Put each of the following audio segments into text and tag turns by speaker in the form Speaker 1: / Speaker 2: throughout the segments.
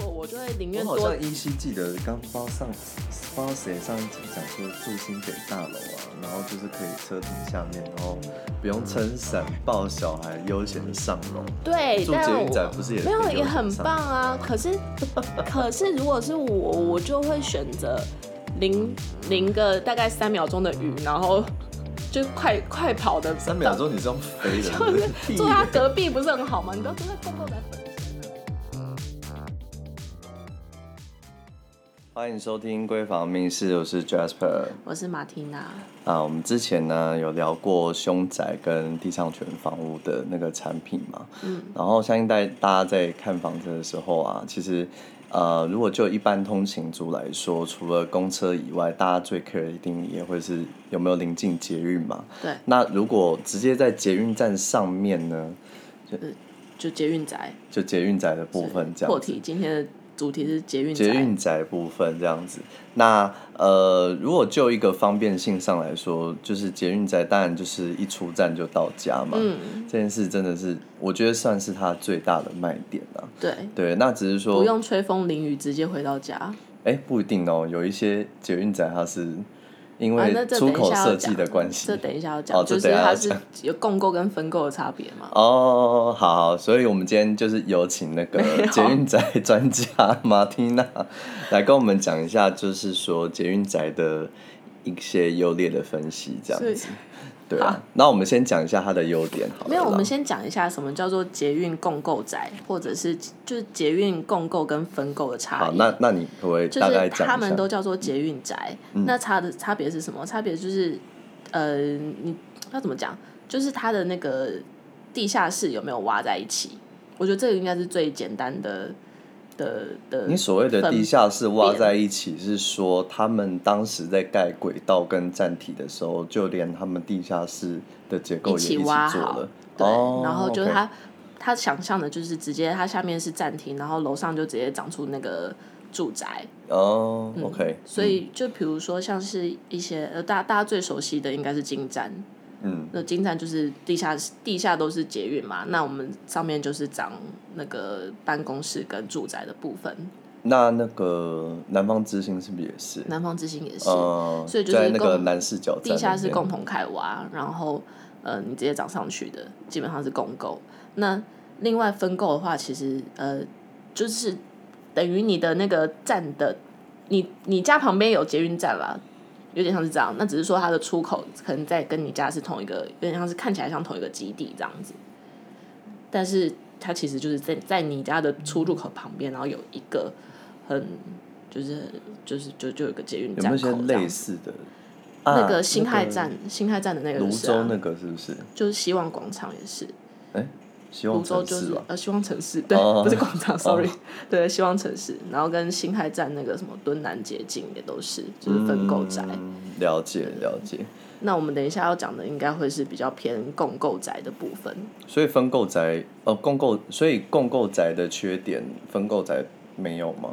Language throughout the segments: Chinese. Speaker 1: 宁
Speaker 2: 我
Speaker 1: 愿
Speaker 2: 好
Speaker 1: 多
Speaker 2: 像依稀记得刚包上包谁上一集讲说住新北大楼啊，然后就是可以车停下面，然后不用撑伞抱小孩悠闲的上楼。
Speaker 1: 对，
Speaker 2: 住
Speaker 1: 哎但
Speaker 2: 捷
Speaker 1: 我
Speaker 2: 运站不是也
Speaker 1: 没有
Speaker 2: 可以
Speaker 1: 也很
Speaker 2: 上
Speaker 1: 棒啊。可是 可是如果是我，我就会选择
Speaker 2: 嗯
Speaker 1: 淋淋个大概三秒钟的雨，然后就快快跑的
Speaker 2: 三秒钟你是用飞的，
Speaker 1: 就
Speaker 2: 你
Speaker 1: 是
Speaker 2: 的 屁
Speaker 1: 坐他隔壁不是很好吗？你不要坐在后后来粉身啊。
Speaker 2: 欢迎收听《闺房密室》，我是 Jasper。
Speaker 1: 我是马缇娜，
Speaker 2: 啊，我们之前呢有聊过凶宅跟地上权房屋的那个产品嘛，
Speaker 1: 嗯，
Speaker 2: 然后相信在大家在看房子的时候啊，其实呃，如果就一般通勤族来说，除了公车以外，大家最 care 的一定也会是有没有临近捷运嘛。
Speaker 1: 对，
Speaker 2: 那如果直接在捷运站上面呢，
Speaker 1: 就捷运宅
Speaker 2: 就捷运宅的部分这样
Speaker 1: 破
Speaker 2: 子
Speaker 1: 题，今天的主题是捷运宅
Speaker 2: 捷运宅部分这样子。那呃，如果就一个方便性上来说，就是捷运宅当然就是一出站就到家嘛。
Speaker 1: 嗯，
Speaker 2: 这件事真的是，我觉得算是它最大的卖点啊。
Speaker 1: 对，
Speaker 2: 对，那只是
Speaker 1: 不
Speaker 2: 说，
Speaker 1: 用吹风淋雨，直接回到家。
Speaker 2: 哎、不一定哦。有一些捷运仔它是因
Speaker 1: 啊，
Speaker 2: 为
Speaker 1: 那这
Speaker 2: 出
Speaker 1: 等一
Speaker 2: 口
Speaker 1: 下要
Speaker 2: 设
Speaker 1: 讲
Speaker 2: 计的关系、
Speaker 1: 这等一下要讲，
Speaker 2: 哦这
Speaker 1: 就是
Speaker 2: 等一下要
Speaker 1: 它是有共购跟分购的差别嘛。
Speaker 2: 哦，好好，所以我们今天就是有请那个
Speaker 1: 没有
Speaker 2: 捷运宅 专家马蒂娜来跟我们讲一下，就是说捷运宅的一些优劣的分析，这
Speaker 1: 所
Speaker 2: 样
Speaker 1: 以
Speaker 2: 子。对啊，那我们先讲一下它的优点好了啦。
Speaker 1: 没有，我们先讲一下什么叫做捷运共购宅，或者是就是捷运共购跟分购的差
Speaker 2: 好，
Speaker 1: 异。
Speaker 2: 那那你可不可以
Speaker 1: 就
Speaker 2: 大概
Speaker 1: 是
Speaker 2: 讲一下？嗯
Speaker 1: 他们都叫做捷运宅，那差的差别是什么？差别就是，呃，你要怎么讲？就是它的那个地下室有没有挖在一起？我觉得这个应该是最简单的的的。
Speaker 2: 你所谓的地下室挖在一起，是说他们当时在盖轨道跟站体的时候，就连他们地下室的结构也
Speaker 1: 一起
Speaker 2: 做
Speaker 1: 挖好
Speaker 2: 了。
Speaker 1: 对，
Speaker 2: 哦
Speaker 1: 然后就是
Speaker 2: ，OK
Speaker 1: 他、他想象的就是直接它下面是暂停，然后楼上就直接长出那个住宅。
Speaker 2: 哦，OK，
Speaker 1: 嗯所以就比如说像是一些呃大大家最熟悉的应该是金站，
Speaker 2: 嗯，
Speaker 1: 那金站就是地下室地下都是捷运嘛，那我们上面就是长那个办公室跟住宅的部分，
Speaker 2: 那那个南方之星是不是也是？
Speaker 1: 南方之星也是，
Speaker 2: 嗯，
Speaker 1: 所以就是
Speaker 2: 在那个
Speaker 1: 共
Speaker 2: 南视角站
Speaker 1: 地下室
Speaker 2: 那边
Speaker 1: 共同开挖，然后呃你直接涨上去的，基本上是共购。那另外分购的话，其实呃就是等于你的那个站的，你你家旁边有捷运站啦，有点像是这样。那只是说它的出口可能在跟你家是同一个，有点像是看起来像同一个基地这样子，但是它其实就是在在你家的出入口旁边，然后有一个很。就是就是就就有一个捷运
Speaker 2: 有
Speaker 1: 站
Speaker 2: 没有
Speaker 1: 口
Speaker 2: 一些
Speaker 1: 这样
Speaker 2: 类
Speaker 1: 子
Speaker 2: 似的？啊
Speaker 1: 那个辛亥站，辛亥站的那
Speaker 2: 那
Speaker 1: 个就
Speaker 2: 个泸
Speaker 1: 是、啊
Speaker 2: 州、那个是不是？
Speaker 1: 就是希望广场也是，
Speaker 2: 希
Speaker 1: 泸
Speaker 2: 望
Speaker 1: 州
Speaker 2: 城
Speaker 1: 就
Speaker 2: 市啊
Speaker 1: 是
Speaker 2: 吧。
Speaker 1: 呃希望城市，对，
Speaker 2: 哦
Speaker 1: 不是广场，sorry，、对，希望城市，然后跟辛亥站那个什么敦南捷径也都是，就是分购宅。
Speaker 2: 嗯了解了解。
Speaker 1: 那我们等一下要讲的应该会是比较偏共购宅的部分，
Speaker 2: 所以分购宅，呃，共购，所以共购宅的缺点，分购宅没有吗？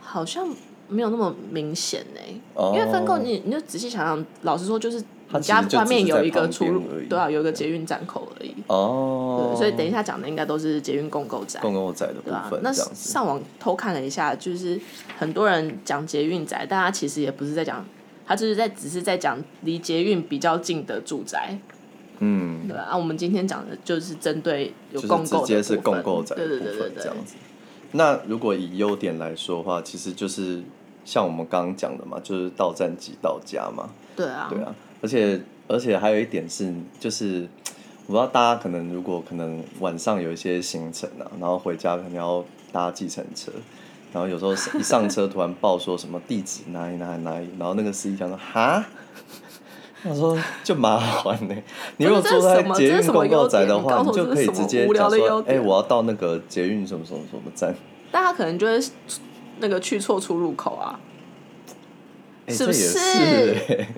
Speaker 1: 好像没有那么明显呢、
Speaker 2: 哦
Speaker 1: 因为分购你你就仔细想想，老实说就是
Speaker 2: 它
Speaker 1: 你
Speaker 2: 其
Speaker 1: 家
Speaker 2: 实就
Speaker 1: 外面
Speaker 2: 只是在
Speaker 1: 有一个
Speaker 2: 旁
Speaker 1: 出
Speaker 2: 边
Speaker 1: 入
Speaker 2: 而已，
Speaker 1: 对啊，有一个捷运站口而已。
Speaker 2: 哦，
Speaker 1: 对，所以等一下讲的应该都是捷运共购宅。
Speaker 2: 共购宅的部
Speaker 1: 对啊
Speaker 2: 分，，
Speaker 1: 那
Speaker 2: 这样子，
Speaker 1: 上网偷看了一下，就是很多人讲捷运宅，但他其实也不是在讲，他就是在只是在讲离捷运比较近的住宅，
Speaker 2: 嗯，
Speaker 1: 对吧啊，我们今天讲的就是针对有
Speaker 2: 就是
Speaker 1: 共
Speaker 2: 直
Speaker 1: 购
Speaker 2: 接
Speaker 1: 的
Speaker 2: 是
Speaker 1: 部
Speaker 2: 共
Speaker 1: 分
Speaker 2: 购宅的
Speaker 1: 对对
Speaker 2: 部
Speaker 1: 对对
Speaker 2: 分
Speaker 1: 对，
Speaker 2: 这样子。那如果以优点来说的话，其实就是像我们刚刚讲的嘛，就是到站即到家嘛，
Speaker 1: 对啊，
Speaker 2: 对啊，而且而且还有一点是，就是我不知道大家可能如果可能晚上有一些行程啊，然后回家可能要搭计程车，然后有时候一上车突然报说什么地址哪里哪里哪里，然后那个司机讲说哈。我说就麻烦呢、你如果
Speaker 1: 这是
Speaker 2: 坐在
Speaker 1: 什么
Speaker 2: 捷
Speaker 1: 这是
Speaker 2: 运
Speaker 1: 什么
Speaker 2: 公告
Speaker 1: 优
Speaker 2: 宅
Speaker 1: 点
Speaker 2: 的
Speaker 1: 你
Speaker 2: 话，
Speaker 1: 告
Speaker 2: 你
Speaker 1: 诉我
Speaker 2: 就
Speaker 1: 这
Speaker 2: 可
Speaker 1: 是
Speaker 2: 以
Speaker 1: 什
Speaker 2: 直
Speaker 1: 么
Speaker 2: 接
Speaker 1: 无聊
Speaker 2: 讲
Speaker 1: 的
Speaker 2: 说
Speaker 1: 优，
Speaker 2: 哎、
Speaker 1: 点
Speaker 2: 我要到那个捷运什么什么什么站，
Speaker 1: 但他可能就会那个去错出入口啊，
Speaker 2: 哎、
Speaker 1: 是
Speaker 2: 这
Speaker 1: 不
Speaker 2: 也
Speaker 1: 是
Speaker 2: 是、哎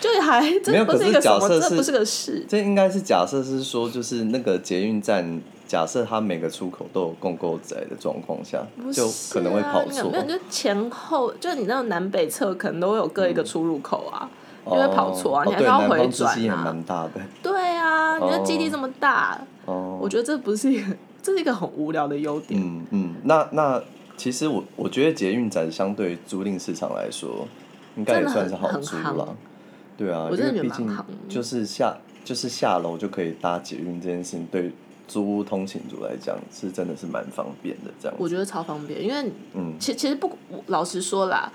Speaker 1: 就还
Speaker 2: 没有
Speaker 1: 这不
Speaker 2: 可
Speaker 1: 一
Speaker 2: 是
Speaker 1: 个什
Speaker 2: 假
Speaker 1: 么，
Speaker 2: 设
Speaker 1: 这
Speaker 2: 是
Speaker 1: 不是个事，
Speaker 2: 这应该是假设是说，就是那个捷运站，假设它每个出口都有共购宅的状况下，
Speaker 1: 不是
Speaker 2: 就可能会
Speaker 1: 啊
Speaker 2: 跑
Speaker 1: 你有
Speaker 2: 错
Speaker 1: 没。有，就前后，就你那种南北侧可能都有各一个出入口啊，就会跑错啊，
Speaker 2: 嗯哦
Speaker 1: 你还是
Speaker 2: 对
Speaker 1: 要
Speaker 2: 南
Speaker 1: 回
Speaker 2: 方之星
Speaker 1: 转
Speaker 2: 也
Speaker 1: 啊。
Speaker 2: 蛮大的。
Speaker 1: 对啊，你的基地
Speaker 2: 哦
Speaker 1: 这么大，
Speaker 2: 哦，嗯
Speaker 1: 我觉得这不是一个，这是一个很无聊的优点。
Speaker 2: 嗯嗯，那那其实我我觉得捷运站相对租赁市场来说，应该也算是好租
Speaker 1: 真的很很
Speaker 2: 了。对啊，
Speaker 1: 我
Speaker 2: 因
Speaker 1: 真的觉得
Speaker 2: 为毕
Speaker 1: 蛮
Speaker 2: 竟
Speaker 1: 行的
Speaker 2: 就是下就是下楼就可以搭捷运这件事情，对租屋通勤族来讲是真的是蛮方便的这样
Speaker 1: 我
Speaker 2: 子。
Speaker 1: 觉得超方便，因为
Speaker 2: 嗯，
Speaker 1: 其其实不我老实说啦，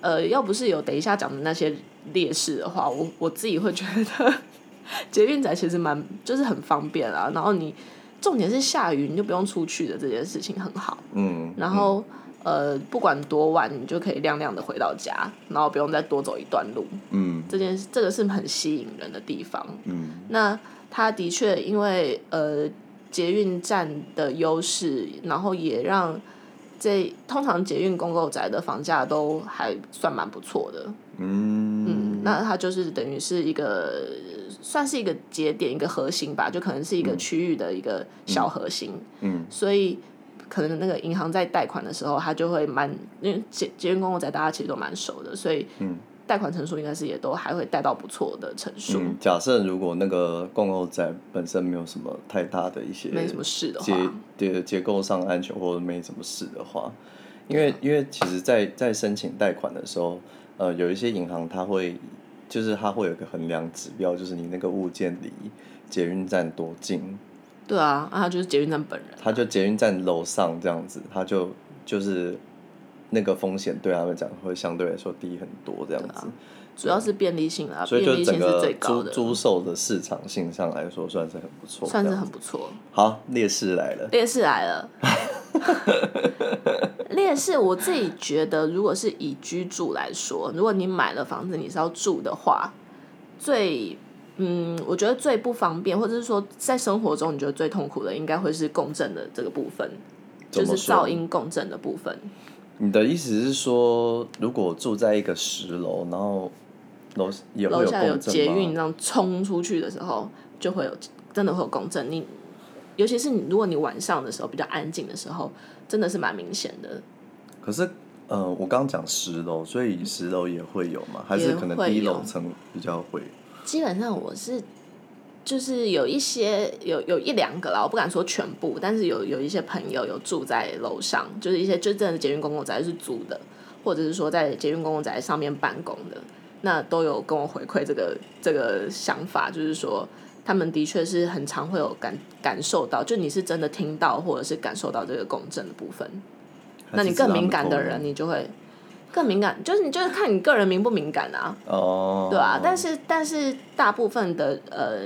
Speaker 1: 呃，要不是有等一下讲的那些劣势的话，我我自己会觉得 捷运仔其实蛮就是很方便啊。然后你重点是下雨你就不用出去的这件事情很好，
Speaker 2: 嗯，
Speaker 1: 然后。呃，不管多晚，你就可以亮亮的回到家，然后不用再多走一段路。
Speaker 2: 嗯
Speaker 1: 这件事这个是很吸引人的地方。
Speaker 2: 嗯
Speaker 1: 那它的确因为呃捷运站的优势，然后也让这通常捷运公购宅的房价都还算蛮不错的。
Speaker 2: 嗯，
Speaker 1: 那它就是等于是一个算是一个节点，一个核心吧，就可能是一个区域的一个小核心。
Speaker 2: 嗯
Speaker 1: 所以可能那个银行在贷款的时候，它就会蛮因为捷捷运公共在大家其实都蛮熟的，所以
Speaker 2: 嗯
Speaker 1: 贷款成数应该是也都还会贷到不错的成数，
Speaker 2: 嗯，假设如果那个共购宅本身没有什么太大的一些
Speaker 1: 没什么事的
Speaker 2: 结
Speaker 1: 话，
Speaker 2: 结结构上安全或者没什么事的话，因
Speaker 1: 啊
Speaker 2: 为因为其实在，在申请贷款的时候，呃，有一些银行它会就是它会有一个衡量指标，就是你那个物件离捷运站多近，
Speaker 1: 对啊，啊他就是捷运站本人，
Speaker 2: 它就捷运站楼上这样子，它就就是那个风险对他们讲会相对来说低很多这样子，
Speaker 1: 啊主要是便利性啦，
Speaker 2: 所
Speaker 1: 便
Speaker 2: 以就
Speaker 1: 利性
Speaker 2: 整
Speaker 1: 是
Speaker 2: 个
Speaker 1: 最高
Speaker 2: 租
Speaker 1: 的，
Speaker 2: 租售的市场性上来说算是很不错，
Speaker 1: 算是
Speaker 2: 这样
Speaker 1: 很不错。
Speaker 2: 好劣势来了，
Speaker 1: 劣势来 了，劣势我自己觉得，如果是以居住来说，如果你买了房子你是要住的话，最嗯，我觉得最不方便，或者是说在生活中你觉得最痛苦的，应该会是共振的这个部分，就
Speaker 2: 怎么
Speaker 1: 是
Speaker 2: 说
Speaker 1: 噪音共振的部分。
Speaker 2: 你的意思是说，如果住在一个十楼，然后楼也会
Speaker 1: 楼
Speaker 2: 有
Speaker 1: 下有
Speaker 2: 共
Speaker 1: 捷运
Speaker 2: 振
Speaker 1: 这
Speaker 2: 吗？
Speaker 1: 样冲出去的时候，就会有真的会有共振。你尤其是你，如果你晚上的时候比较安静的时候，真的是蛮明显的。
Speaker 2: 可是，呃，我刚刚讲十楼，所以十楼也会有嘛？还是可能一楼层比较会？
Speaker 1: 基本上我是就是有一些有有一两个啦，我不敢说全部，但是有有一些朋友有住在楼上，就是一些就真的捷运公共宅是租的，或者是说在捷运公共宅上面办公的，那都有跟我回馈这个这个想法，就是说。他们的确是很常会有感感受到，就你是真的听到或者是感受到这个共振的部分。那你更敏感的人，你就会更敏感，就是你就是看你个人敏不敏感啊。
Speaker 2: 哦，
Speaker 1: 对啊，但是但是大部分的呃，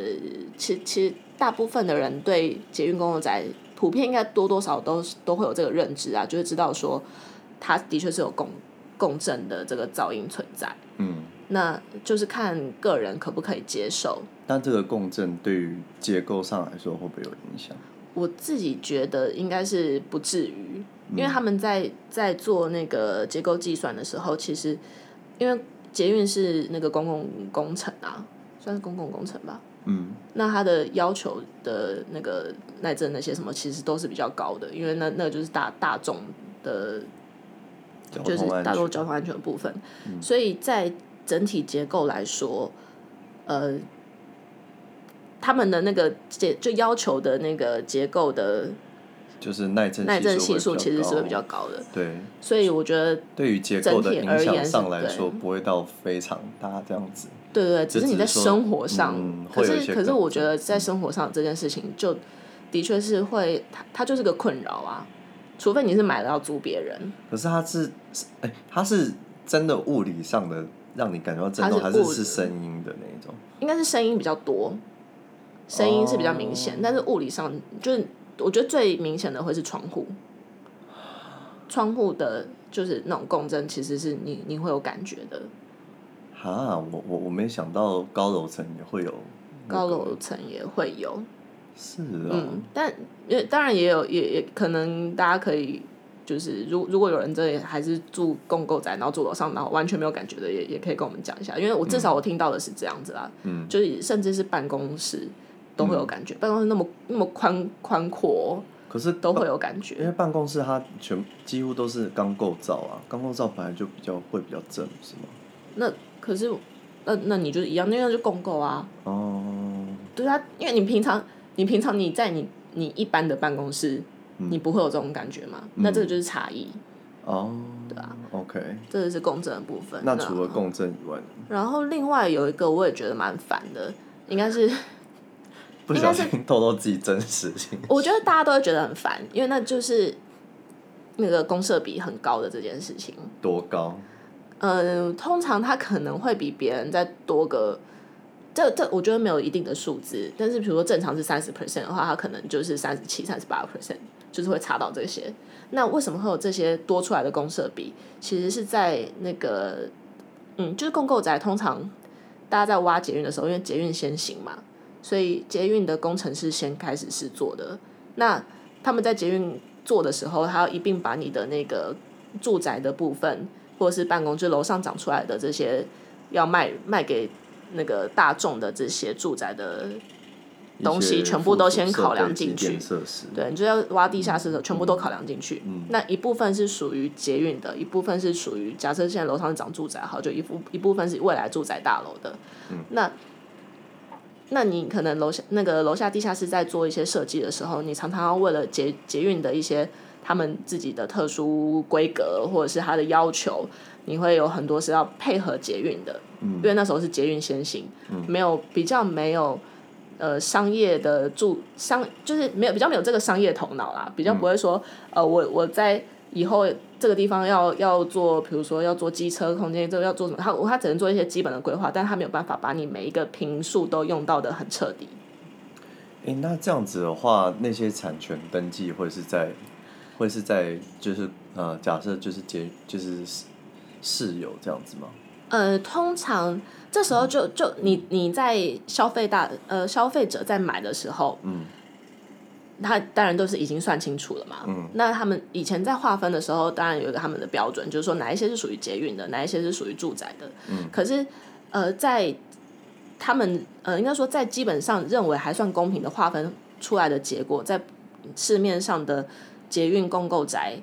Speaker 1: 其其实大部分的人对捷运公共宅普遍应该多多少少都是都会有这个认知啊，就是知道说它的确是有共共振的这个噪音存在，
Speaker 2: 嗯，
Speaker 1: 那就是看个人可不可以接受。
Speaker 2: 但这个共振对于结构上来说会不会有影响？
Speaker 1: 我自己觉得应该是不至于，因为
Speaker 2: 嗯
Speaker 1: 他们在在做那个结构计算的时候，其实因为捷运是那个公共工程啊，算是公共工程吧，
Speaker 2: 嗯，
Speaker 1: 那他的要求的那个耐震那些什么，其实都是比较高的，因为那那个就是大大众的，
Speaker 2: 交
Speaker 1: 就是
Speaker 2: 通安
Speaker 1: 大众
Speaker 2: 全，嗯
Speaker 1: 交通安全的部分。所以在整体结构来说，呃，他们的那个结就要求的那个结构的
Speaker 2: 就是耐震
Speaker 1: 耐震系数
Speaker 2: 会
Speaker 1: 其实是会比较高的，
Speaker 2: 对。
Speaker 1: 所以我觉得
Speaker 2: 对于结构的
Speaker 1: 整体
Speaker 2: 影
Speaker 1: 而
Speaker 2: 响
Speaker 1: 言是
Speaker 2: 上来
Speaker 1: 对
Speaker 2: 说，不会到非常大这样子。
Speaker 1: 对对，只
Speaker 2: 就
Speaker 1: 是你
Speaker 2: 只
Speaker 1: 在
Speaker 2: 是说
Speaker 1: 生活上，
Speaker 2: 嗯
Speaker 1: 可
Speaker 2: 会有一
Speaker 1: 是
Speaker 2: 些嗯
Speaker 1: 可是
Speaker 2: 更
Speaker 1: 我觉得在生活上这件事情就的确是会，它它就是个困扰啊。除非你是买了要租别人，
Speaker 2: 可是它是，是哎、它是真的物理上的让你感觉到震动，
Speaker 1: 它
Speaker 2: 还
Speaker 1: 是
Speaker 2: 是
Speaker 1: 物
Speaker 2: 是声音的那一种？
Speaker 1: 应该是声音比较多，声音是比较明显，
Speaker 2: 哦
Speaker 1: 但是物理上就是我觉得最明显的会是窗户，窗户的就是那种共振，其实是你你会有感觉的。
Speaker 2: 哈，我我我没想到高楼层也会有、
Speaker 1: 高楼，层也会有，
Speaker 2: 是啊、
Speaker 1: 嗯，但因为当然也有也也可能大家可以就是如如果有人这里还是住共购宅，然后住楼上，然后完全没有感觉的也，也可以跟我们讲一下，因为我至少我听到的是这样子啦，
Speaker 2: 嗯，
Speaker 1: 就是甚至是办公室都会有感觉，办公室那么那么宽宽阔
Speaker 2: 可是
Speaker 1: 都会
Speaker 2: 办，
Speaker 1: 有感
Speaker 2: 因
Speaker 1: 觉，
Speaker 2: 为办公室它全几乎都是钢构造啊，钢构造本来就比较会比较正，是吗？
Speaker 1: 那可是那那你就一样，那个就共购啊，
Speaker 2: 哦，
Speaker 1: 对啊，因为你平常你平
Speaker 2: 嗯
Speaker 1: 常你在你你一般的办公室，你不会有这种感觉嘛，那这个就是差异，
Speaker 2: 哦，对啊，OK。
Speaker 1: 这就是共振的部分。
Speaker 2: 那除了共振以外呢，
Speaker 1: 然后另外有一个我也觉得蛮烦的，应该是
Speaker 2: 不
Speaker 1: 应该
Speaker 2: 小
Speaker 1: 是
Speaker 2: 心 透露自己真实性
Speaker 1: 我觉得大家都会觉得很烦，因为那就是那个公社比很高的这件事情。
Speaker 2: 多高？
Speaker 1: 嗯，通常他可能会比别人再多个，这这我觉得没有一定的数字，但是比如说正常是三十 percent 的话，他可能就是三十七、三十八 percent，就是会差到这些。那为什么会有这些多出来的公社比？其实是在那个，嗯，就是共购宅通常大家在挖捷运的时候，因为捷运先行嘛，所以捷运的工程师先开始试做的。那他们在捷运做的时候，他要一并把你的那个住宅的部分，或者是办公，就是楼上长出来的这些要卖卖给那个大众的这些住宅的，东西
Speaker 2: 一些
Speaker 1: 全部都先考量
Speaker 2: 附属设
Speaker 1: 进
Speaker 2: 备
Speaker 1: 去
Speaker 2: 及建设施
Speaker 1: 对，你就要挖地下室的，全部都考量进去。那一部分是属于捷运的，一部分是属于假设现在楼上长住宅，好，就一部一部分是未来住宅大楼的。那那你可能楼下那个楼下地下室在做一些设计的时候，你常常要为了捷捷运的一些他们自己的特殊规格或者是它的要求，你会有很多是要配合捷运的，因为那时候是捷运先行，没有比较没有呃商业的注商就是没有比较没有这个商业头脑啦，比较不会说、呃我我在以后这个地方要要做，比如说要做机车空间，这个要做什么，他他只能做一些基本的规划，但他没有办法把你每一个平数都用到的很彻底。
Speaker 2: 诶，那这样子的话，那些产权登记会是在，会是在就是呃，假设就是结就是室室友这样子吗？
Speaker 1: 呃，通常这时候就就你你在消费大呃消费者在买的时候，
Speaker 2: 嗯，
Speaker 1: 他当然都是已经算清楚了嘛。嗯，那他们以前在划分的时候，当然有一个他们的标准，就是说哪一些是属于捷运的，哪一些是属于住宅的。嗯，可是呃，在他们呃应该说在基本上认为还算公平的划分出来的结果，在市面上的捷运共购宅，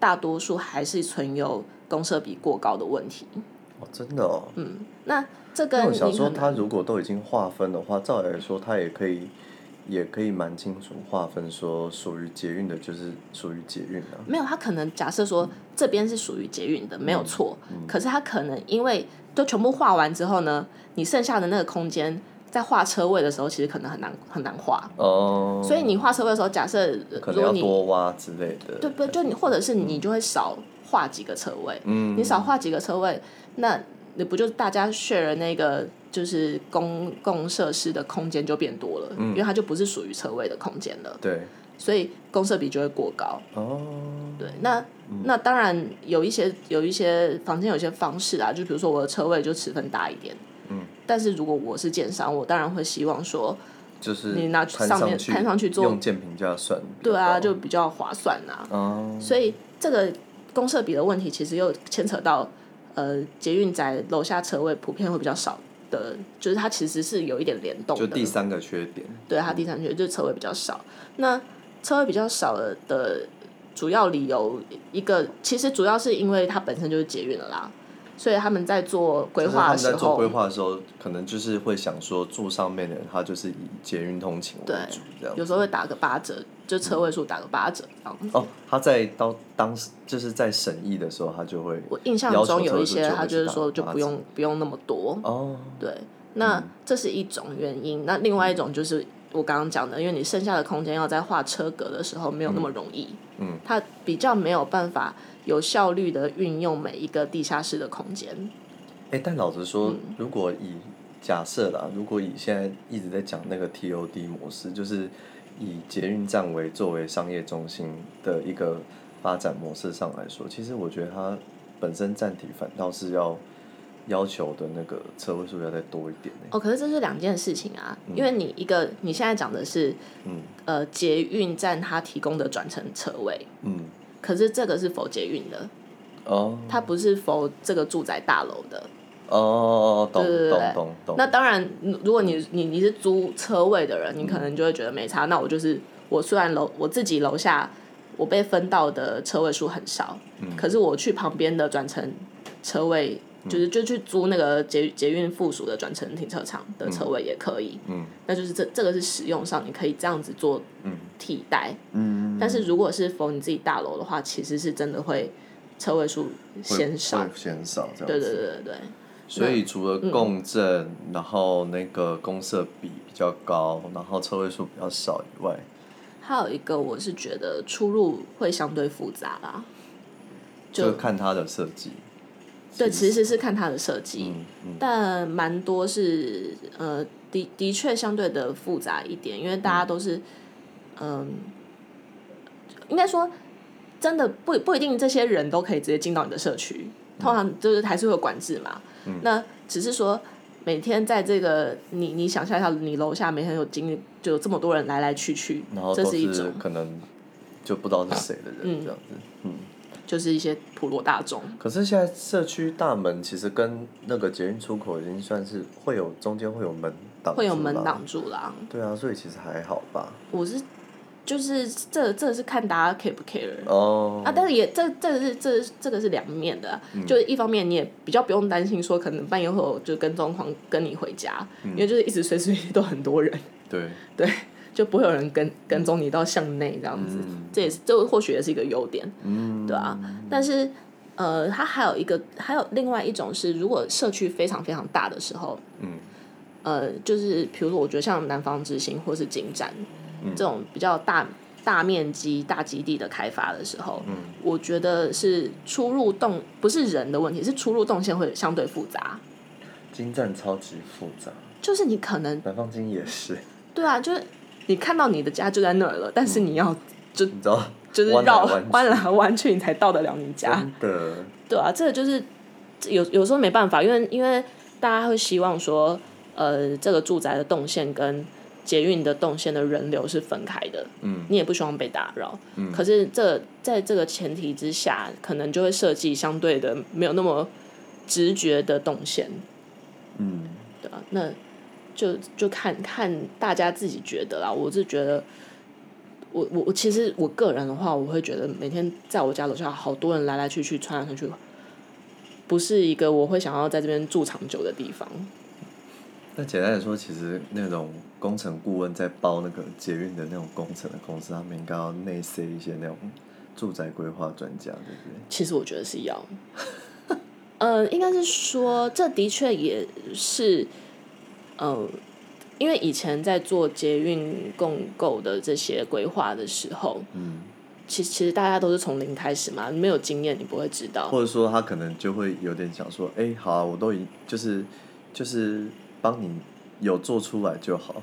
Speaker 1: 大多数还是存有公设比过高的问题。
Speaker 2: 哦，真的哦。
Speaker 1: 嗯那这
Speaker 2: 那
Speaker 1: 跟
Speaker 2: 我
Speaker 1: 你
Speaker 2: 想说，
Speaker 1: 可能
Speaker 2: 他如果都已经划分的话，照理来说，他也可以，也可以蛮清楚划分说，属于捷运的就是属于捷运啊。
Speaker 1: 没有，他可能假设说这边是属于捷运的，没
Speaker 2: 嗯
Speaker 1: 有错。可是他可能因为都全部画完之后呢，你剩下的那个空间在画车位的时候，其实可能很难很难画。
Speaker 2: 哦、
Speaker 1: 所以你画车位的时候，假设
Speaker 2: 可
Speaker 1: 如
Speaker 2: 能要
Speaker 1: 果你
Speaker 2: 多嗯挖之类的。
Speaker 1: 对不就你或者是你就会少画几个车位，
Speaker 2: 嗯
Speaker 1: 你少画几个车位，那你不就大家 share 那个就是公共设施的空间就变多了，
Speaker 2: 嗯
Speaker 1: 因为它就不是属于车位的空间了，
Speaker 2: 对。
Speaker 1: 所以公设比就会过高。
Speaker 2: 哦。
Speaker 1: 对，那那当然有一些有一些房间有一些方式啊，就比如说我的车位就尺寸大一点。嗯。但是如果我是建商，我当然会希望说，
Speaker 2: 就是
Speaker 1: 你拿
Speaker 2: 摊
Speaker 1: 上面
Speaker 2: 去，
Speaker 1: 摊上去做
Speaker 2: 用建平价算比较高。
Speaker 1: 对啊，就比较划算啊。
Speaker 2: 哦。
Speaker 1: 所以这个公设比的问题，其实又牵扯到呃捷运宅楼下车位普遍会比较少的，就是它其实是有一点联动的。
Speaker 2: 就第三个缺点。
Speaker 1: 对，它第三缺就是车位比较少。那车位比较少的的主要理由，一个其实主要是因为它本身就是捷运了啦，所以他们在做规
Speaker 2: 就是他
Speaker 1: 划的
Speaker 2: 们
Speaker 1: 时
Speaker 2: 在做
Speaker 1: 候
Speaker 2: 规，划的时候，可能就是会想说住上面的人，他就是以捷运通勤为
Speaker 1: 对
Speaker 2: 主这样。
Speaker 1: 有时候会打个八折，就车位数打个八折这样子。
Speaker 2: 哦，他在到当时就是在审议的时候，他就会
Speaker 1: 我印象
Speaker 2: 要求
Speaker 1: 中有一
Speaker 2: 车位
Speaker 1: 些
Speaker 2: 数
Speaker 1: 他就是说就
Speaker 2: 就打
Speaker 1: 不用不用那么多，
Speaker 2: 啊哦，嗯
Speaker 1: 对，那这是一种原因。那另外一种就是我刚刚讲的，因为你剩下的空间要在画车格的时候没有那么容易，
Speaker 2: 嗯，
Speaker 1: 它比较没有办法有效率的运用每一个地下室的空间。
Speaker 2: 哎，但老实
Speaker 1: 嗯
Speaker 2: 说，如果以假设啦，如果以现在一直在讲那个 TOD 模式，就是以捷运站为作为商业中心的一个发展模式上来说，其实我觉得它本身站体反倒是要要求的那个车位数要再多一点、欸、
Speaker 1: 哦，可是这是两件事情啊，因为你一个你现在讲的是，
Speaker 2: 嗯
Speaker 1: 呃，捷运站它提供的转乘车位，
Speaker 2: 嗯，
Speaker 1: 可是这个是否捷运的，
Speaker 2: 哦
Speaker 1: 它不是否这个住宅大楼的。
Speaker 2: 哦，懂
Speaker 1: 对对对
Speaker 2: 懂懂懂。
Speaker 1: 那当然，如如果你你你是租车位的人，你可能就会觉得没差。那我就是我虽然楼我自己楼下我被分到的车位数很少，
Speaker 2: 嗯
Speaker 1: 可是我去旁边的转乘车位，
Speaker 2: 嗯
Speaker 1: 就是就去租那个捷捷运附属的转乘停车场的车位也可以。
Speaker 2: 嗯
Speaker 1: 那就是这这个是使用上你可以这样子做
Speaker 2: 嗯
Speaker 1: 替代，
Speaker 2: 嗯，
Speaker 1: 但是如果是否你自己大楼的话，其实是真的会车位数先上
Speaker 2: 会。先少这样子。
Speaker 1: 对对对对对，
Speaker 2: 所以除了共振，然后那个公社比比较高，然后车位数比较少以外，
Speaker 1: 还有一个我是觉得出入会相对复杂啦，
Speaker 2: 就
Speaker 1: 就
Speaker 2: 看它的设计。
Speaker 1: 对，其实是看它的设计，
Speaker 2: 嗯嗯，
Speaker 1: 但蛮多是呃的的确相对的复杂一点，因为大家都是嗯、应该说真的不不一定这些人都可以直接进到你的社区，
Speaker 2: 嗯
Speaker 1: 通常就是还是会有管制嘛。那只是说每天在这个你你想象一下，你楼下每天有经历就有这么多人来来去去
Speaker 2: 然后，
Speaker 1: 这
Speaker 2: 都
Speaker 1: 是一
Speaker 2: 是
Speaker 1: 种
Speaker 2: 可能就不知道是谁的人这样子。嗯，
Speaker 1: 就是一些普罗大众。
Speaker 2: 可是现在社区大门其实跟那个捷运出口已经算是会有中间会有门挡，
Speaker 1: 会有门挡。住啦，
Speaker 2: 对啊，所以其实还好吧。
Speaker 1: 我是就是这这是看大家 care 不 care，
Speaker 2: 哦、
Speaker 1: 啊，但是也这这是这是这个是两面的啊、
Speaker 2: 嗯
Speaker 1: 就是一方面你也比较不用担心说可能半夜会有就跟踪狂跟你回家，
Speaker 2: 嗯
Speaker 1: 因为就是一直随时随地都很多人，
Speaker 2: 对，
Speaker 1: 就不会有人跟跟踪你到巷内这样子，
Speaker 2: 嗯
Speaker 1: 这也是这或许也是一个优点，
Speaker 2: 嗯，
Speaker 1: 对啊，但是呃，它还有一个还有另外一种是，如果社区非常非常大的时候，
Speaker 2: 嗯，
Speaker 1: 呃，就是比如说我觉得像南方之星或是景展、
Speaker 2: 嗯
Speaker 1: 这种比较大。大面积、大基地的开发的时候，
Speaker 2: 嗯
Speaker 1: 我觉得是出入动不是人的问题，是出入动线会相对复杂。
Speaker 2: 金站超级复杂，
Speaker 1: 就是你可能
Speaker 2: 南方金也是，
Speaker 1: 对啊，就是你看到你的家就在那儿了，但是你要
Speaker 2: 你知道，
Speaker 1: 就是
Speaker 2: 嗯弯来
Speaker 1: 绕
Speaker 2: 弯去
Speaker 1: 弯来弯去，你才到得了你家。
Speaker 2: 真的，
Speaker 1: 对啊，这个就是有有时候没办法，因为因为大家会希望说，呃，这个住宅的动线跟捷运的动线的人流是分开的，
Speaker 2: 嗯，
Speaker 1: 你也不希望被打扰，嗯，可是这在这个前提之下，可能就会设计相对的没有那么直觉的动线，
Speaker 2: 嗯，
Speaker 1: 对啊，那就就看看大家自己觉得啦。我是觉得，我我我其实我个人的话，我会觉得每天在我家楼下好多人来来去去，穿来穿去，不是一个我会想要在这边住长久的地方。
Speaker 2: 那简单的说，其实那种工程顾问在包那个捷运的那种工程的公司，他们应该要内塞一些那种住宅规划专家，对不对？
Speaker 1: 其实我觉得是要， 呃，应该是说这的确也是，呃，因为以前在做捷运共购的这些规划的时候，
Speaker 2: 嗯，
Speaker 1: 其其实大家都是从零开始嘛，没有经验你不会知道。
Speaker 2: 或者说他可能就会有点想说，哎、好啊，我都已就是就是帮你有做出来就好，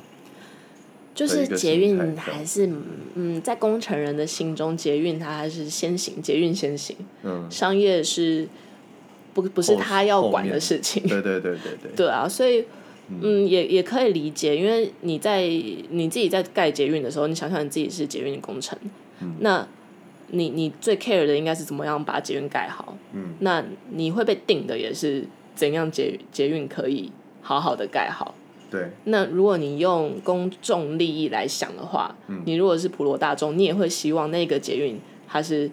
Speaker 1: 就是
Speaker 2: 一个
Speaker 1: 捷
Speaker 2: 形
Speaker 1: 运
Speaker 2: 态这样
Speaker 1: 还是嗯，在工程人的心中，捷运它还是先行，捷运先行，
Speaker 2: 嗯，
Speaker 1: 商业是不不是
Speaker 2: 后
Speaker 1: 他要管
Speaker 2: 后
Speaker 1: 的
Speaker 2: 面
Speaker 1: 事情。
Speaker 2: 对对对对对，
Speaker 1: 对啊，所以嗯，也也可以理解，因为你在你自己在盖捷运的时候，你想想你自己是捷运工程，
Speaker 2: 嗯
Speaker 1: 那你你最 care 的应该是怎么样把捷运盖好，
Speaker 2: 嗯，
Speaker 1: 那你会被定的也是怎样捷捷运可以好好的盖好。
Speaker 2: 对，
Speaker 1: 那如果你用公众利益来想的话，你如果是普罗大众，你也会希望那个捷运它是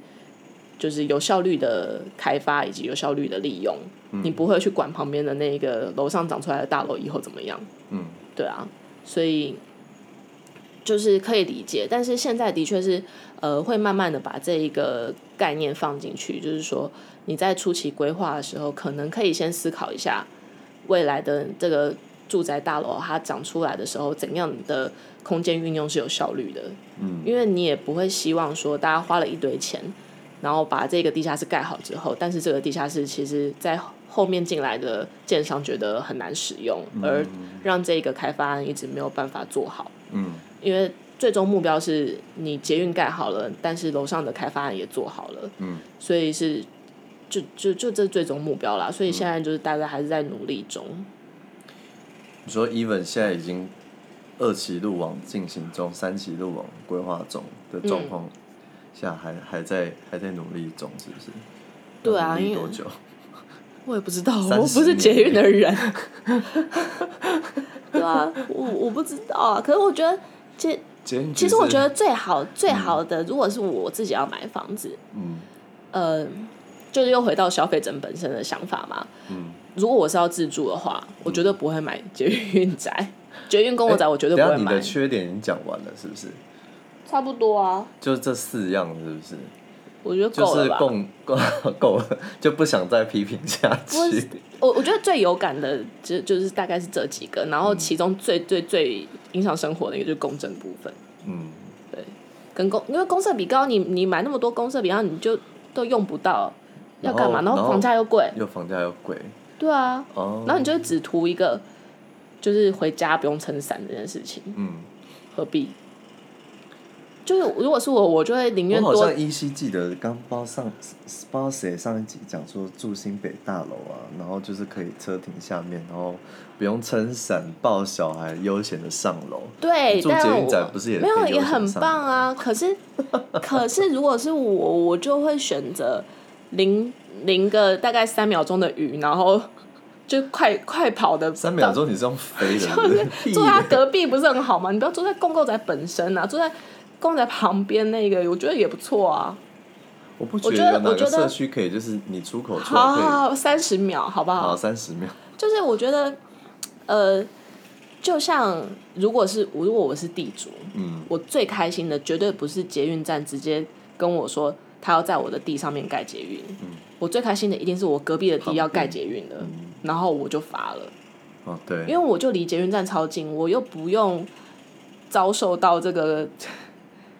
Speaker 1: 就是有效率的开发以及有效率的利用，你不会去管旁边的那个楼上长出来的大楼以后怎么样，
Speaker 2: 嗯，
Speaker 1: 对啊，所以就是可以理解，但是现在的确是呃会慢慢的把这一个概念放进去，就是说你在初期规划的时候，可能可以先思考一下未来的这个住宅大楼它长出来的时候，怎样的空间运用是有效率的。嗯，因为你也不会希望说大家花了一堆钱，然后把这个地下室盖好之后，但是这个地下室其实在后面进来的建商觉得很难使用，而让这个开发案一直没有办法做好。
Speaker 2: 嗯，
Speaker 1: 因为最终目标是你捷运盖好了，但是楼上的开发案也做好了，
Speaker 2: 嗯，
Speaker 1: 所以是就就就这最终目标啦。所以现在就是大家还是在努力中。
Speaker 2: 你说 even 现在已经二期路网进行中，三期路网规划中的状
Speaker 1: 嗯
Speaker 2: 况下还，还在还在努力中，是不是？
Speaker 1: 对啊
Speaker 2: 要努力
Speaker 1: 因为
Speaker 2: 多久？
Speaker 1: 我也不知道，我
Speaker 2: 30
Speaker 1: 不是捷运的人。 对啊，我我不知道啊。可是我觉得，其实
Speaker 2: 捷运
Speaker 1: 其实我
Speaker 2: 是
Speaker 1: 觉得，最好最好的，如果是我自己要买房子，
Speaker 2: 嗯
Speaker 1: 呃，就是又回到消费者本身的想法嘛。
Speaker 2: 嗯，
Speaker 1: 如果我是要自住的话，我绝对不会买捷运宅。捷运公我宅我绝对不
Speaker 2: 嗯哎等
Speaker 1: 会
Speaker 2: 一下你
Speaker 1: 买
Speaker 2: 的，缺点已经讲完了，是不是？
Speaker 1: 差不多啊。
Speaker 2: 就这四样，是不是？
Speaker 1: 我觉得
Speaker 2: 就
Speaker 1: 够
Speaker 2: 是
Speaker 1: 了吧。
Speaker 2: 够够够了，就不想再批评下
Speaker 1: 不是
Speaker 2: 去。
Speaker 1: 我我觉得最有感的就就是大概是这几个，然后其中最最最影响生活的一个就是公正部分，
Speaker 2: 嗯，
Speaker 1: 跟公因为公社比高，你你买那么多公社比高，你就都用不到，要干嘛？
Speaker 2: 然后
Speaker 1: 然后房价又贵，
Speaker 2: 又房价又贵
Speaker 1: 对啊，
Speaker 2: 哦。
Speaker 1: 然后你就只图一个就是回家不用撑伞这件事情，
Speaker 2: 嗯，
Speaker 1: 何必？就是如果是我，我就会宁愿
Speaker 2: 我好
Speaker 1: 多
Speaker 2: 像依稀记得刚包上包谁上一集讲说住新北大楼啊，然后就是可以车停下面，然后不用撑伞抱小孩悠闲的上楼。
Speaker 1: 对，
Speaker 2: 住
Speaker 1: 但
Speaker 2: 捷
Speaker 1: 我
Speaker 2: 运站不是也
Speaker 1: 没有
Speaker 2: 可以
Speaker 1: 也
Speaker 2: 悠闲
Speaker 1: 很
Speaker 2: 上
Speaker 1: 棒啊。可是可是如果是我，我就会选择淋淋个大概三秒钟的雨，然后就快快跑的
Speaker 2: 三秒。钟你是用飞的，
Speaker 1: 就是
Speaker 2: 屁
Speaker 1: 坐在
Speaker 2: 嘞
Speaker 1: 隔壁不是很好吗？你不要坐在公狗仔本身啊，坐在公仔旁边那个，我觉得也不错啊。
Speaker 2: 我不
Speaker 1: 我
Speaker 2: 觉
Speaker 1: 觉得
Speaker 2: 得有哪
Speaker 1: 我觉
Speaker 2: 个
Speaker 1: 得
Speaker 2: 社区可以，就是你出口出来
Speaker 1: 好
Speaker 2: 可以，
Speaker 1: 好，三十秒好不
Speaker 2: 好
Speaker 1: 好？
Speaker 2: 三十秒，
Speaker 1: 就是我觉得，呃，就像如果是如果我是地主，
Speaker 2: 嗯，
Speaker 1: 我最开心的绝对不是捷运站直接跟我说他要在我的地上面盖捷运，
Speaker 2: 嗯
Speaker 1: 我最开心的一定是我隔壁的地要盖捷运了，然后我就发了，
Speaker 2: 哦对，
Speaker 1: 因为我就离捷运站超近，我又不用遭受到这个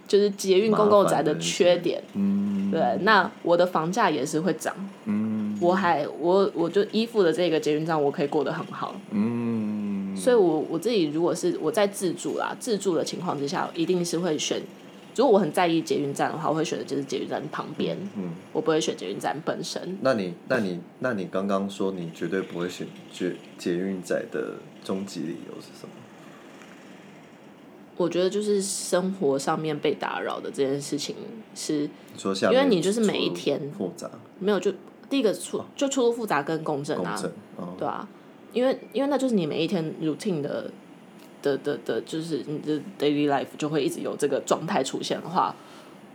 Speaker 1: 就是捷运公共宅的缺点，
Speaker 2: 嗯
Speaker 1: 对，那我的房价也是会涨，
Speaker 2: 嗯
Speaker 1: 我还我我就依附的这个捷运站，我可以过得很好，
Speaker 2: 嗯，
Speaker 1: 所以我我自己如果是我在自助啦，自助的情况之下，一定是会选。如果我很在意捷运站的话，我会选的就是捷运站旁边，
Speaker 2: 嗯，
Speaker 1: 我不会选捷运站本身。
Speaker 2: 那你那你那你刚刚说你绝对不会选捷捷运仔的终极理由是什么？
Speaker 1: 我觉得就是生活上面被打扰的这件事情是
Speaker 2: 你说下
Speaker 1: 因
Speaker 2: 面
Speaker 1: 为你就是每一
Speaker 2: 出入
Speaker 1: 天啊
Speaker 2: 复杂
Speaker 1: 没有就第一个出就出入复杂跟共振
Speaker 2: 哦共
Speaker 1: 啊，
Speaker 2: 振哦，
Speaker 1: 对啊，因为因为那就是你每一天 routine 的的的的，就是你的 daily life 就会一直有这个状态出现的话，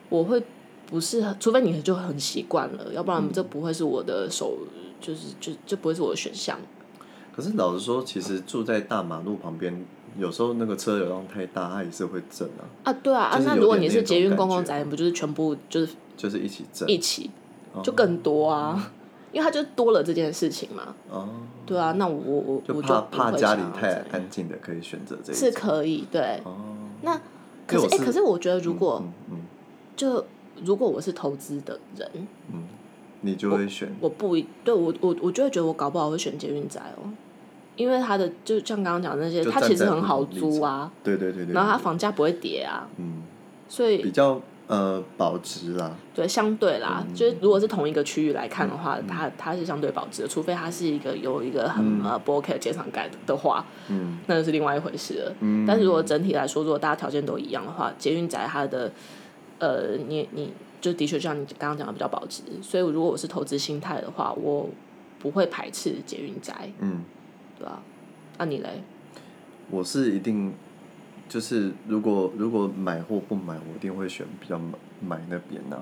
Speaker 1: 我会不是很，除非你就很习惯了，要不
Speaker 2: 嗯
Speaker 1: 然这不会是我的首，就是就就不会是我的选项。
Speaker 2: 可是老实说，其实住在大马路旁边，有时候那个车流量太大，它也是会震啊，
Speaker 1: 啊，对啊，啊，
Speaker 2: 就是
Speaker 1: 那
Speaker 2: 有
Speaker 1: 如果
Speaker 2: 点
Speaker 1: 你
Speaker 2: 那
Speaker 1: 是
Speaker 2: 种
Speaker 1: 捷运
Speaker 2: 感
Speaker 1: 公共
Speaker 2: 觉啊
Speaker 1: 宅，你不就是全部就是
Speaker 2: 就是一起震
Speaker 1: 一起，
Speaker 2: 哦
Speaker 1: 就更多
Speaker 2: 嗯
Speaker 1: 啊， 因为它就多了这件事情嘛。
Speaker 2: 哦，
Speaker 1: 对啊，那我我
Speaker 2: 就
Speaker 1: 我
Speaker 2: 怕
Speaker 1: 不
Speaker 2: 怕
Speaker 1: 会
Speaker 2: 家
Speaker 1: 想
Speaker 2: 里
Speaker 1: 要
Speaker 2: 太
Speaker 1: 这样
Speaker 2: 安静的，可以选择这一
Speaker 1: 是
Speaker 2: 种
Speaker 1: 可以对，
Speaker 2: 哦，
Speaker 1: 那
Speaker 2: 因
Speaker 1: 可
Speaker 2: 为
Speaker 1: 是
Speaker 2: 我
Speaker 1: 哎、
Speaker 2: 是
Speaker 1: 可是我觉得如果。
Speaker 2: 嗯嗯，
Speaker 1: 就如果我是投资的人，
Speaker 2: 你就会选
Speaker 1: 我不一对我我我就会觉得我搞不好会选捷运宅哦，因为它的就像刚刚讲的那些，
Speaker 2: 就
Speaker 1: 它
Speaker 2: 站
Speaker 1: 其实
Speaker 2: 在
Speaker 1: 很
Speaker 2: 不
Speaker 1: 好
Speaker 2: 同立场
Speaker 1: 租啊，
Speaker 2: 对对对对，
Speaker 1: 然后它
Speaker 2: 对
Speaker 1: 房价不会跌啊，
Speaker 2: 嗯
Speaker 1: 所
Speaker 2: 比
Speaker 1: 以
Speaker 2: 较呃保值啦，
Speaker 1: 对相对啦，
Speaker 2: 嗯
Speaker 1: 就是如果是同一个区域来看的话，它它是相对保值的，除非它是一个有一个很、呃不 OK 的街上盖的话，
Speaker 2: 嗯
Speaker 1: 那就是另外一回事了。
Speaker 2: 嗯，
Speaker 1: 但是如果整体来说，如果大家条件都一样的话，捷运宅它的呃，你你就的确就像你刚刚讲的比较保值，所以如果我是投资心态的话，我不会排斥捷运宅，
Speaker 2: 嗯，
Speaker 1: 对吧、啊？那、你嘞？
Speaker 2: 我是一定就是如果如果买或不买，我一定会选比较买买那边呐、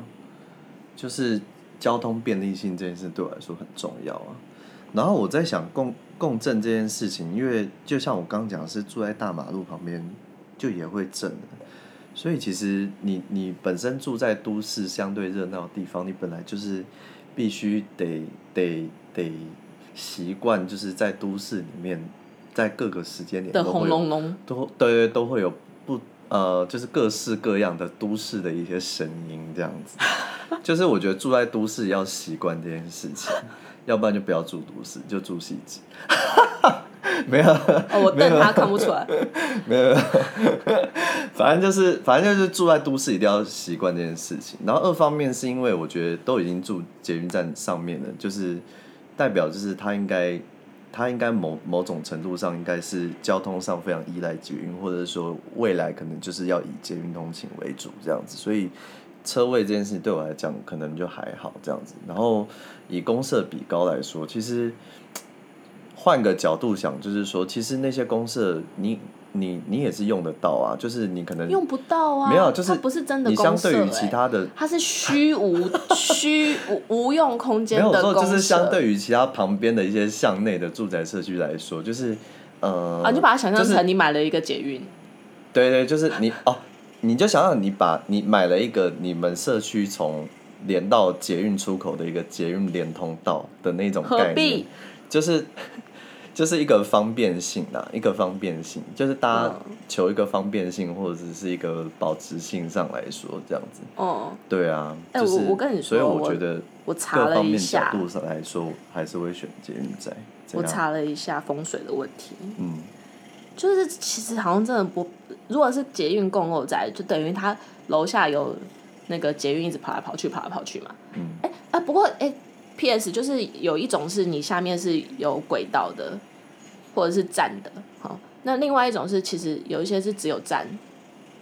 Speaker 2: 就是交通便利性这件事对我来说很重要啊。然后我在想共共振这件事情，因为就像我刚讲，是住在大马路旁边，就也会震的。所以其实你你本身住在都市相对热闹的地方，你本来就是必须得得得习惯，就是在都市里面，在各个时间点
Speaker 1: 的
Speaker 2: 都
Speaker 1: 轰
Speaker 2: 会有
Speaker 1: 隆 隆，
Speaker 2: 都对都会有不呃，就是各式各样的都市的一些声音这样子。 就是我觉得住在都市要习惯这件事情，要不然就不要住都市，就住细致。 没有，
Speaker 1: 哦，我瞪他看不出 来，
Speaker 2: 没有，没有反正就是，反正就是住在都市一定要习惯这件事情。然后二方面是因为我觉得都已经住捷运站上面了，就是代表就是他应该，他应该某某种程度上应该是交通上非常依赖捷运，或者说未来可能就是要以捷运通勤为主这样子，所以。车位这件事情对我来讲，可能就还好这样子。然后以公社比高来说，其实换个角度想，就是说，其实那些公社你，你你也是用得到啊，就是你可能
Speaker 1: 用不到啊，
Speaker 2: 没有就是
Speaker 1: 它不是真的
Speaker 2: 你
Speaker 1: 公
Speaker 2: 相
Speaker 1: 社、
Speaker 2: 对
Speaker 1: 欸，
Speaker 2: 于其他的，
Speaker 1: 它是虚 无虚无无用空
Speaker 2: 没
Speaker 1: 间
Speaker 2: 有
Speaker 1: 的
Speaker 2: 说
Speaker 1: 公
Speaker 2: 就
Speaker 1: 社，
Speaker 2: 是相对于其他旁边的一些巷内的住宅社区来说，就是呃，
Speaker 1: 啊，你就把它想象
Speaker 2: 就是
Speaker 1: 成你买了一个捷运，
Speaker 2: 对对，就是你哦，你就想想你把你买了一个你们社区从连到捷运出口的一个捷运连通道的那种
Speaker 1: 何
Speaker 2: 概
Speaker 1: 必
Speaker 2: 念，就是 就是一个方便性啦，一个方便性，就是大家
Speaker 1: 嗯
Speaker 2: 求一个方便性或者是一个保值性上来说这样子。
Speaker 1: 哦，
Speaker 2: 对啊，
Speaker 1: 哎
Speaker 2: 就是
Speaker 1: 我我跟你说
Speaker 2: 所以
Speaker 1: 我
Speaker 2: 觉得
Speaker 1: 我查
Speaker 2: 各
Speaker 1: 了
Speaker 2: 方
Speaker 1: 一
Speaker 2: 面角
Speaker 1: 下，
Speaker 2: 度上来说，我还是会选捷运仔。怎
Speaker 1: 我
Speaker 2: 样
Speaker 1: 查了一下风水的问题，
Speaker 2: 嗯，
Speaker 1: 就是其实好像真的不，如果是捷运共购宅，就等于他楼下有那个捷运一直跑来跑去，跑来跑去嘛。
Speaker 2: 嗯。
Speaker 1: 哎、啊，不过哎、p s 就是有一种是你下面是有轨道的，或者是站的，好，那另外一种是其实有一些是只有站，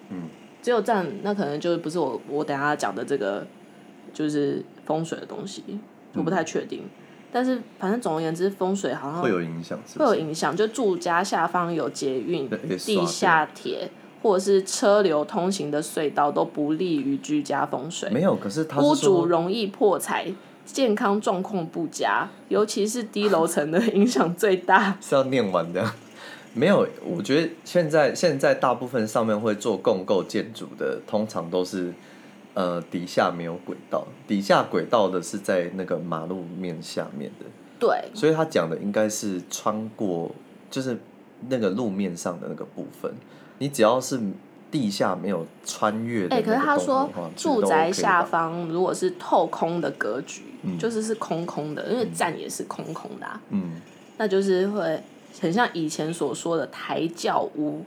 Speaker 2: 嗯，
Speaker 1: 只有站，那可能就不是我我等一下讲的这个就是风水的东西，我不太确定。但是反正总而言之，风水好像
Speaker 2: 嗯会有影响，是
Speaker 1: 会
Speaker 2: 不
Speaker 1: 有
Speaker 2: 是？
Speaker 1: 影响，就住家下方有捷运
Speaker 2: 对啊可以、刷
Speaker 1: 地下铁或者是车流通行的隧道，都不利于居家风水。
Speaker 2: 没有，可是他
Speaker 1: 屋
Speaker 2: 是
Speaker 1: 主
Speaker 2: 说，
Speaker 1: 容易破财，健康状况不佳，尤其是低楼层的 影响最大。
Speaker 2: 是要念完的。没有，我觉得现在现在大部分上面会做共构建筑的，通常都是呃底下没有轨道，底下轨道的是在那个马路面下面的，
Speaker 1: 对，
Speaker 2: 所以他讲的应该是穿过，就是那个路面上的那个部分。你只要是地下没有穿越的
Speaker 1: 哎、
Speaker 2: 那
Speaker 1: 可
Speaker 2: 个
Speaker 1: 是他
Speaker 2: 动
Speaker 1: 说
Speaker 2: 作的话，其实都
Speaker 1: 住宅
Speaker 2: OK
Speaker 1: 下
Speaker 2: 吧
Speaker 1: 方如果是透空的格局，
Speaker 2: 嗯
Speaker 1: 就是是空空的，因为站也是空空的、啊，
Speaker 2: 嗯，
Speaker 1: 那就是会很像以前所说的抬轿屋。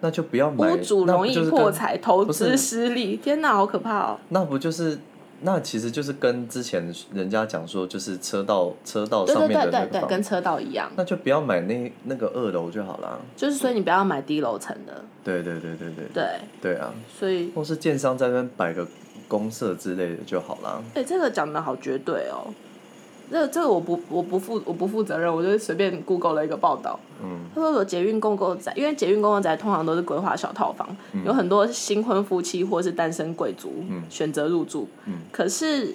Speaker 2: 那就不要买，
Speaker 1: 屋主
Speaker 2: 那不
Speaker 1: 容易
Speaker 2: 就是跟
Speaker 1: 破财，投
Speaker 2: 不
Speaker 1: 资
Speaker 2: 是
Speaker 1: 失利。天哪，好可怕哦！
Speaker 2: 那不就是那其实就是跟之前人家讲说，就是车道车道
Speaker 1: 对
Speaker 2: 哦
Speaker 1: 对
Speaker 2: 上面的
Speaker 1: 对
Speaker 2: 那
Speaker 1: 对
Speaker 2: 个
Speaker 1: 对，
Speaker 2: 房
Speaker 1: 跟车道一样，
Speaker 2: 那就不要买那那个二楼就好啦。
Speaker 1: 就是所以你不要买低楼层的，
Speaker 2: 对对对对对
Speaker 1: 对，
Speaker 2: 对啊，
Speaker 1: 所以
Speaker 2: 或是建商在那边摆个公社之类的就好啦。
Speaker 1: 哎、这个讲的好绝对哦。这个这个我不我不负我不负责任，我就随便 Google 了一个报道。
Speaker 2: 嗯，
Speaker 1: 他说有捷运共购宅，因为捷运共购宅通常都是规划小套房，有很多新婚夫妻或是单身贵族、
Speaker 2: 嗯
Speaker 1: 选择入住。
Speaker 2: 嗯
Speaker 1: 可是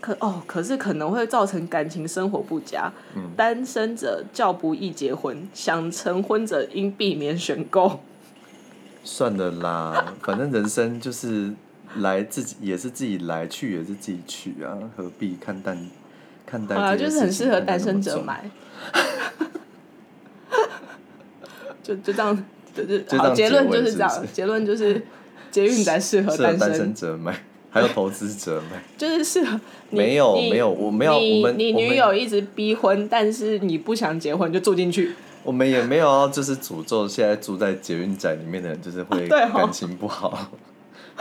Speaker 1: 可哦，可是可能会造成感情生活不佳。
Speaker 2: 嗯
Speaker 1: 单身者较不易结婚，想成婚者应避免选购。
Speaker 2: 算了 啦，反正人生就是来自己也是自己来，去也是自己去啊，何必看淡看
Speaker 1: 好啦，
Speaker 2: 淡这
Speaker 1: 就
Speaker 2: 些
Speaker 1: 是很
Speaker 2: 事情
Speaker 1: 适合
Speaker 2: 看得
Speaker 1: 单
Speaker 2: 那
Speaker 1: 身
Speaker 2: 么
Speaker 1: 者
Speaker 2: 重
Speaker 1: 买。 就就这样，就就
Speaker 2: 就
Speaker 1: 好
Speaker 2: 这样
Speaker 1: 结论
Speaker 2: 结尾
Speaker 1: 就是这
Speaker 2: 是不
Speaker 1: 样，
Speaker 2: 是
Speaker 1: 结论就是捷运宅适合
Speaker 2: 适合
Speaker 1: 单
Speaker 2: 单
Speaker 1: 身，
Speaker 2: 身者买，还有投资者买。
Speaker 1: 就是适合你
Speaker 2: 没有
Speaker 1: 你
Speaker 2: 没有我没有
Speaker 1: 你
Speaker 2: 我们
Speaker 1: 你
Speaker 2: 我们
Speaker 1: 女友一直逼婚，但是你不想结婚就住进去，
Speaker 2: 我们也没有要就是诅咒现在住在捷运宅里面的人，就是
Speaker 1: 啊
Speaker 2: 会
Speaker 1: 对哦
Speaker 2: 感情不好。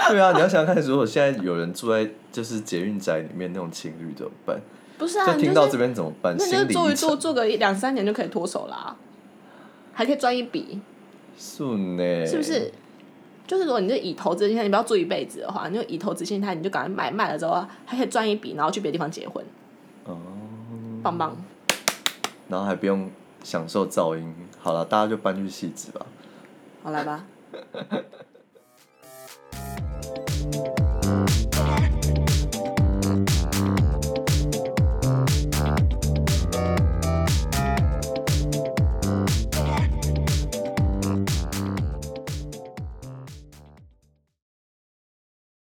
Speaker 2: 对啊，你要想想看，如果现在有人住在就是捷运宅里面那种情侣怎么办？
Speaker 1: 不是啊？
Speaker 2: 就
Speaker 1: 你
Speaker 2: 听到
Speaker 1: 是
Speaker 2: 这边怎么办？
Speaker 1: 那你就
Speaker 2: 心里
Speaker 1: 住一
Speaker 2: 一
Speaker 1: 住，
Speaker 2: 沉。
Speaker 1: 住个一两三年就可以脱手啦、还可以赚一笔，
Speaker 2: 是呢，
Speaker 1: 是不是？？就是如果你是以投资心态，你不要住一辈子的话，你就以投资心态，你就赶快买卖了之后啊，还可以赚一笔，然后去别的地方结婚，
Speaker 2: 哦，
Speaker 1: 棒棒。
Speaker 2: 然后还不用享受噪音。好了，大家就搬去戏子吧。
Speaker 1: 好来吧，